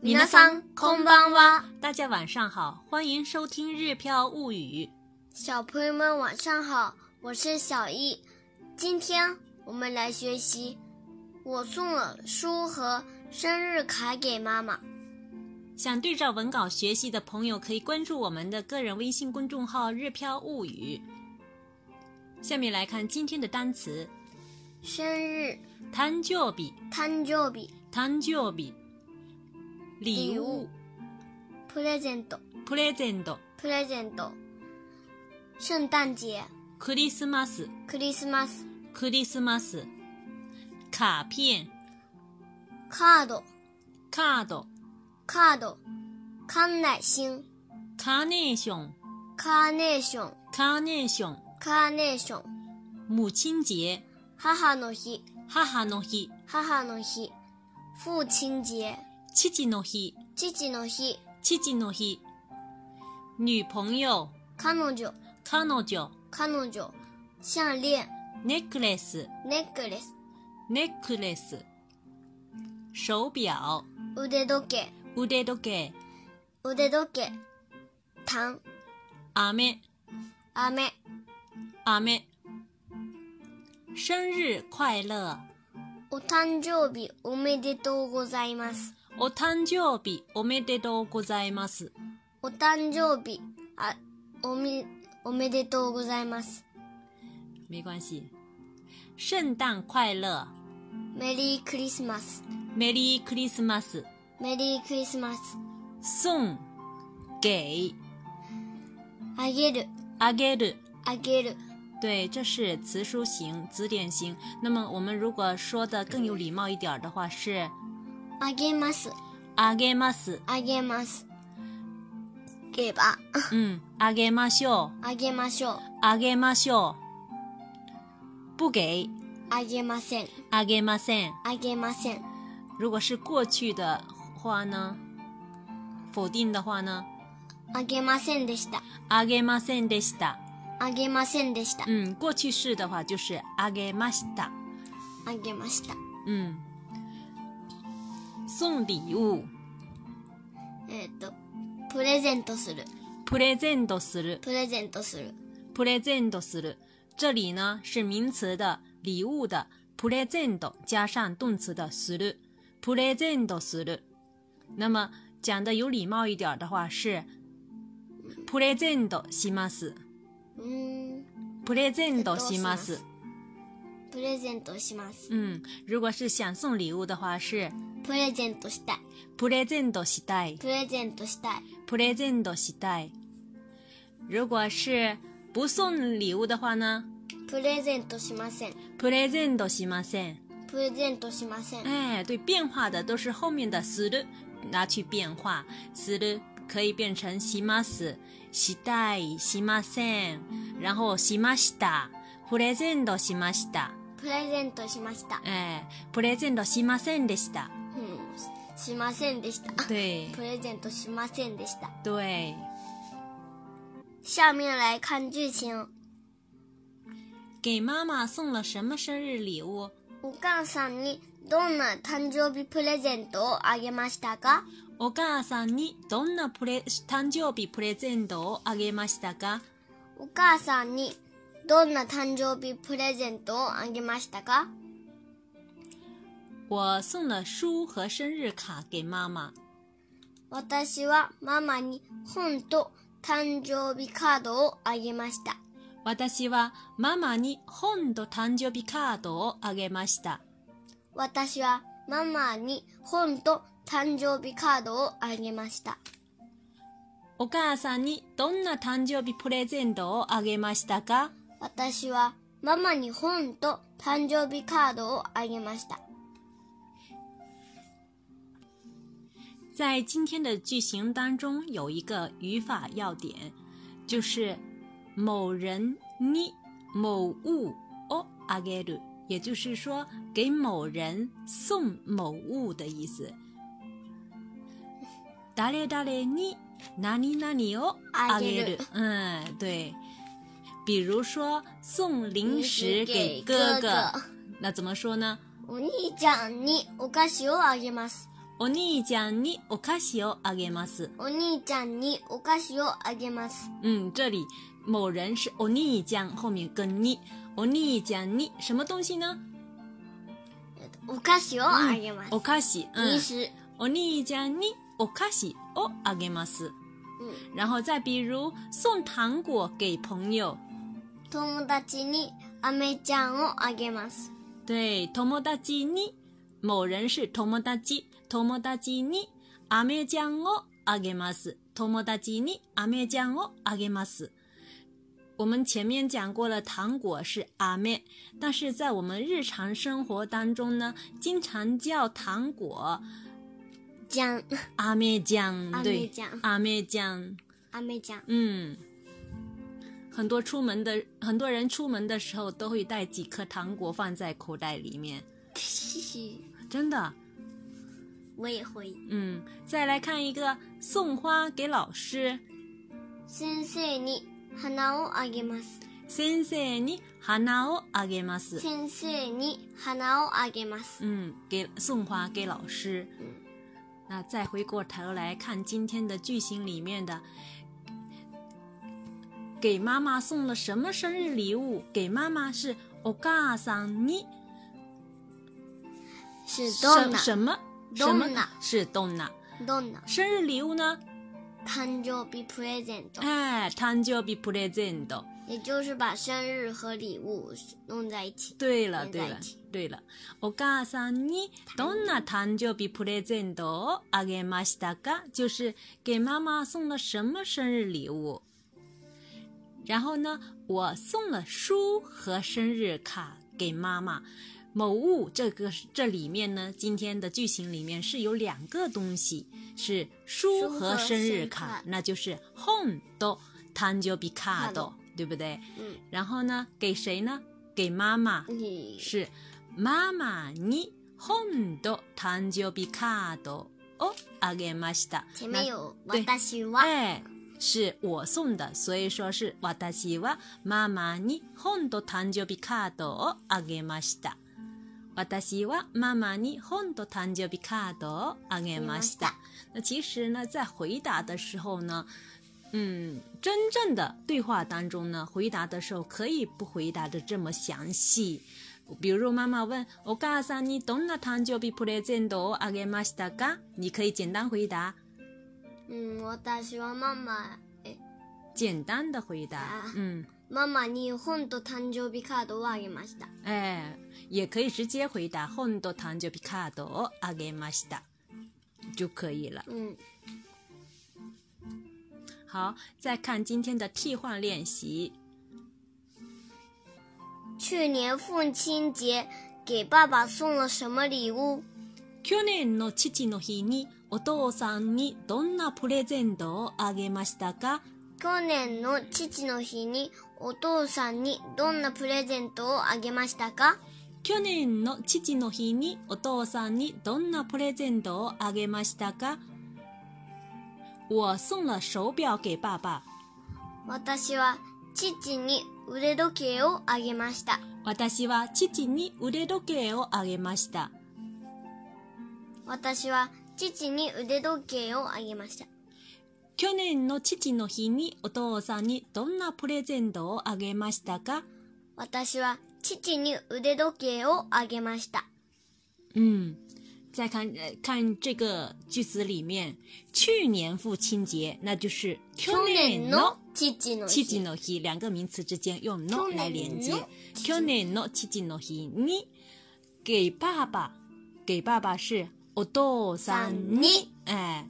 皆さんこんばんは。大家晚上好，欢迎收听《日飘物语》。小朋友们晚上好，我是小易。今天我们来学习。我送了书和生日卡给妈妈。想对照文稿学习的朋友，可以关注我们的个人微信公众号“日飘物语”。下面来看今天的单词：生日、誕生日、誕生日、誕生日、礼物、プレゼント、プレゼント、プレゼント、圣诞节、クリスマス、クリスマス、クリスマス、卡片、カード、カード、カード、館内星、カーネーション、カーネーション、カーネーション、カーネーション、母亲节、母の日、母の日、母の日、父親节、父の日、父の日、父の日、女朋友、彼女、彼女、彼女、项链、ネックレス、ネックレス、ネックレス、手表、腕時計、腕時計、腕時計、タン、飴、飴、飴。生日快乐！お誕生日おめでとうございます。お誕生日おめでとうございます。お誕生日、あ、おめ、おめでとうございます。没关系。圣诞快乐！メリークリスマス。メリークリスマス。メリークリスマス。送、给、あげる、あげる。あげる。对，这是词书型、词典型。那么我们如果说的更有礼貌一点儿的话是あげます、あげます。あげます。げば、嗯，あげましょう。あげましょう。あげましょう。不给、あげません、あげません。あげません。如果是过去的话呢？否定的话呢？あげませんでした。あげませんでした。あげませんでした。嗯，过去式的话就是あげました。あげました。嗯，送礼物、えっ、と、プレゼントする。プレゼントする。プレゼントする。プレゼントする。这里呢是名词的礼物的プレゼント加上动词的する，プレゼントする。那么讲的有礼貌一点的话是プレゼントします。うーん。プレゼントします。プレゼントします。嗯，如果是想送礼物的话是プレゼントしたい。プレゼントしたい。プレゼントしたい。プレゼントしたい。如果是不送礼物的话呢？プレゼントしません。プレゼントしません。プレゼントしません。哎，对，变化的都是后面的する拿去变化，する可以变成します、したい、しません，然后しました、プレゼントしました。プレゼントしました。哎，プレゼントしませんでした。うん。しませんでした。对プレゼントしませんでした。对，下面来看剧情。给妈妈送了什么生日礼物？お母さんにどんな誕生日プレゼントをあげましたかお母さんにどんなプレ誕生日プレゼントをあげましたか？お母さんにどんな誕生日プレゼントをあげましたか我送了书和生日卡给妈妈。私はママに本と誕生日カードをあげました。私はママに本と誕生日カードをあげました。私はママに本と誕生日カードをあげました。お母さんにどんな誕生日プレゼントをあげましたか私はママに本と誕生日カードをあげました。在今天的句型当中有一个语法要点，就是某人に某物をあげる，也就是说给某人送某物的意思。誰々に何々をあげる，嗯，对。比如说送零食给哥哥，那怎么说呢？お兄ちゃんにお菓子をあげます。お兄ちゃんにお菓子をあげます。お兄ちゃんにお菓子をあげます。嗯，这里某人是お兄ちゃん后面跟你，お兄ちゃんに什么东西呢？お菓子をあげます。お菓子。零嗯，食。お兄ちゃんにお菓子をあげます。嗯，然后再比如送糖果给朋友，友達に飴ちゃんをあげます。对，友達に某人是友達，友達に飴ちゃんをあげます。友達に飴ちゃんをあげます。我们前面讲过了，糖果是飴，但是在我们日常生活当中呢，经常叫糖果じゃん。 飴ちゃん，飴对，ちゃん。飴ちゃん。飴ちゃん。嗯，很多出门的很多人出门的时候都会带几颗糖果放在口袋里面，嘻嘻，真的。我也会。嗯，再来看一个送花给老师，先生に花をあげます。先生に花をあげます。先生に花をあげます。嗯，给送花给老师。嗯那再回过头来看今天的句型里面的，给妈妈送了什么生日礼物？给妈妈是お母さんに是ど什んな？什么什ど么んな是どんなどんな？生日礼物呢？誕生日プレゼント，哎，誕生日プレゼント。也就是把生日和礼物弄在一起。对了，连对在一了起，对了。お母さんにどんな誕生日プレゼントをあげましたか？就是给妈妈送了什么生日礼物。然后呢，我送了书和生日卡给妈妈。某物这个这里面呢，今天的句型里面是有两个东西，是书书和和生日生日卡卡，那就是 home と誕生日カード卡，对不对？嗯，然后呢，给谁呢？给妈妈。你是ママに本と誕生日カードをあげました。前面有对私那は哎，是我送的，所以说是私はママに本と誕生日カードをあげました。私はママに本と誕生日カードをあげました。那其实呢，在回答的时候呢，嗯，真正的对话当中呢，回答的时候可以不回答的这么详细。比如妈妈问“お母さんにどんな誕生日プレゼントをあげましたか？”你可以简单回答，嗯，私はママえ简单的回答啊。嗯，ママに本と誕生日カードをあげました。哎，也可以直接回答“本と誕生日カードをあげました”就可以了。嗯，好，再看今天的替换练习。去年父亲节给爸爸送了什么礼物？去年の父の日にお父さんにどんなプレゼントをあげましたか去年の父の日にお父さんにどんなプレゼントをあげましたか去年の父の日にお父さんにどんなプレゼントをあげましたか我送了手表给爸爸。私は父に腕時計をあげました。私は父に腕時計をあげました。私は父に腕時計をあげました。去年の父の日にお父さんにどんなプレゼントをあげましたか私は父に腕時計をあげました。嗯，再看呃看这个句子里面，去年父亲节，那就是去去年年のの父の父日。の日两个名词之间用 no 去年の来连接。父去年の父の日に给爸爸，给爸爸是お父さんさんにに，哎，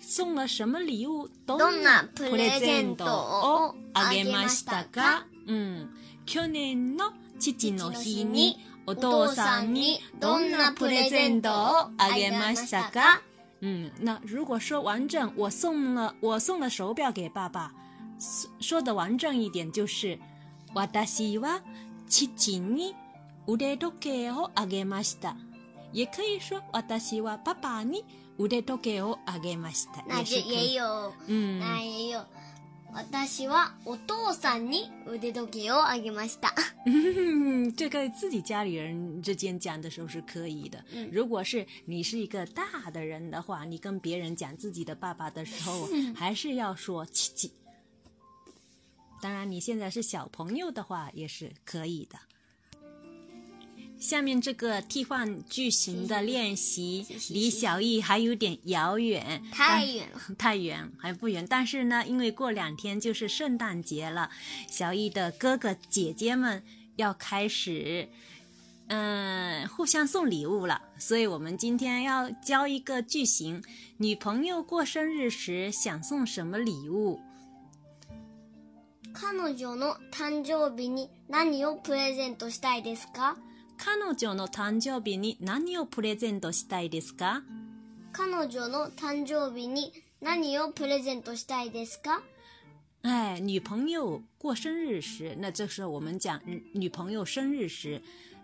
送了什么礼物？どんなプレゼントをああげげままししたかたか？嗯，去年の父の日におお父父ささんんににどどんんななププレレゼゼンントトををああげげままししたたかか？嗯，那如果说完整，我送了我送了手表给爸爸，说说的完整一点就是，私は父に腕時計をあげました。也可以说私はパパに腕時計をあげました。那也就是可也以。有，嗯，那也有。私はお父さんに腕時計をあげました。嗯，这个自己家里人之间讲的时候是可以的。嗯如果是你是一个大的人的话，你跟别人讲自己的爸爸的时候，还是要说七七。当然，你现在是小朋友的话也是可以的。下面这个替换句型的练习离小易还有点遥远，太远了，太远还不远，但是呢，因为过两天就是圣诞节了，小易的哥哥姐姐们要开始，嗯、互相送礼物了，所以我们今天要教一个句型：女朋友过生日时想送什么礼物？彼女の誕生日に何をプレゼントしたいですか彼女の誕生日に何をプレゼントしたいですか？彼女の誕生日に何をプレゼントしたいですか哎，女朋友过生日时，那这时候我们讲嗯女朋友生日时，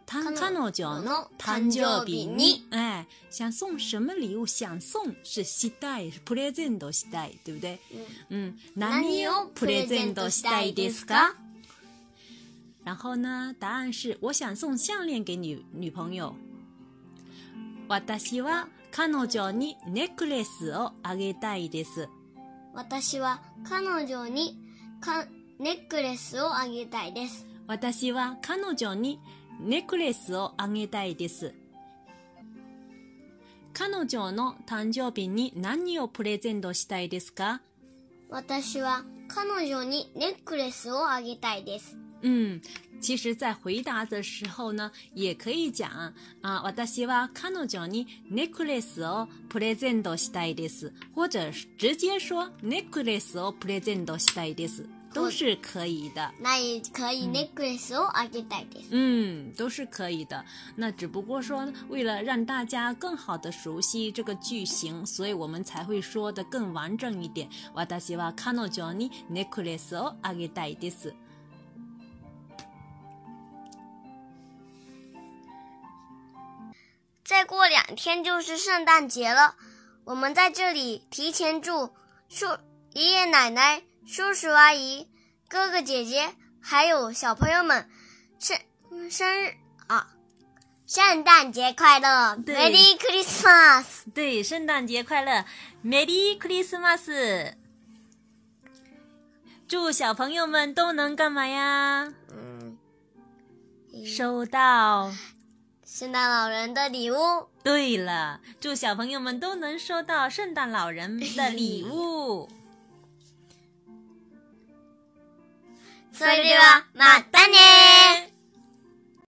她彼女彼女の誕誕生生日日にに，哎，想送什么礼物？想送是期待，是 present 期待，对不对？嗯，何をプレゼントしたいですか？然后呢，答案是我想送项链给女女朋友。私は彼女にネックレスをあげたいです。私は彼女にかネックレスをあげたいです。私は彼女にネックレスをあげたいです。彼女の誕生日に何をプレゼントしたいですか私は彼女にネックレスをあげたいです。嗯，其实，在回答的时候呢，也可以讲啊，私は彼女にネックレスをプレゼントしたいです，或者是直接说ネックレスをプレゼントしたいです，都是可以的。ないかいネックレスをあげたいです。嗯，都是可以的。那只不过说，为了让大家更好的熟悉这个句型，所以我们才会说的更完整一点。私は彼女にネックレスをあげたいです。再过两天就是圣诞节了，我们在这里提前祝叔爷爷奶奶、叔叔阿姨、哥哥姐姐还有小朋友们生生日啊，圣诞节快乐对，Merry Christmas！对，圣诞节快乐，Merry Christmas！祝小朋友们都能干嘛呀？嗯，收到。圣诞老人的礼物，对了，祝小朋友们都能收到圣诞老人的礼物。それではまたね。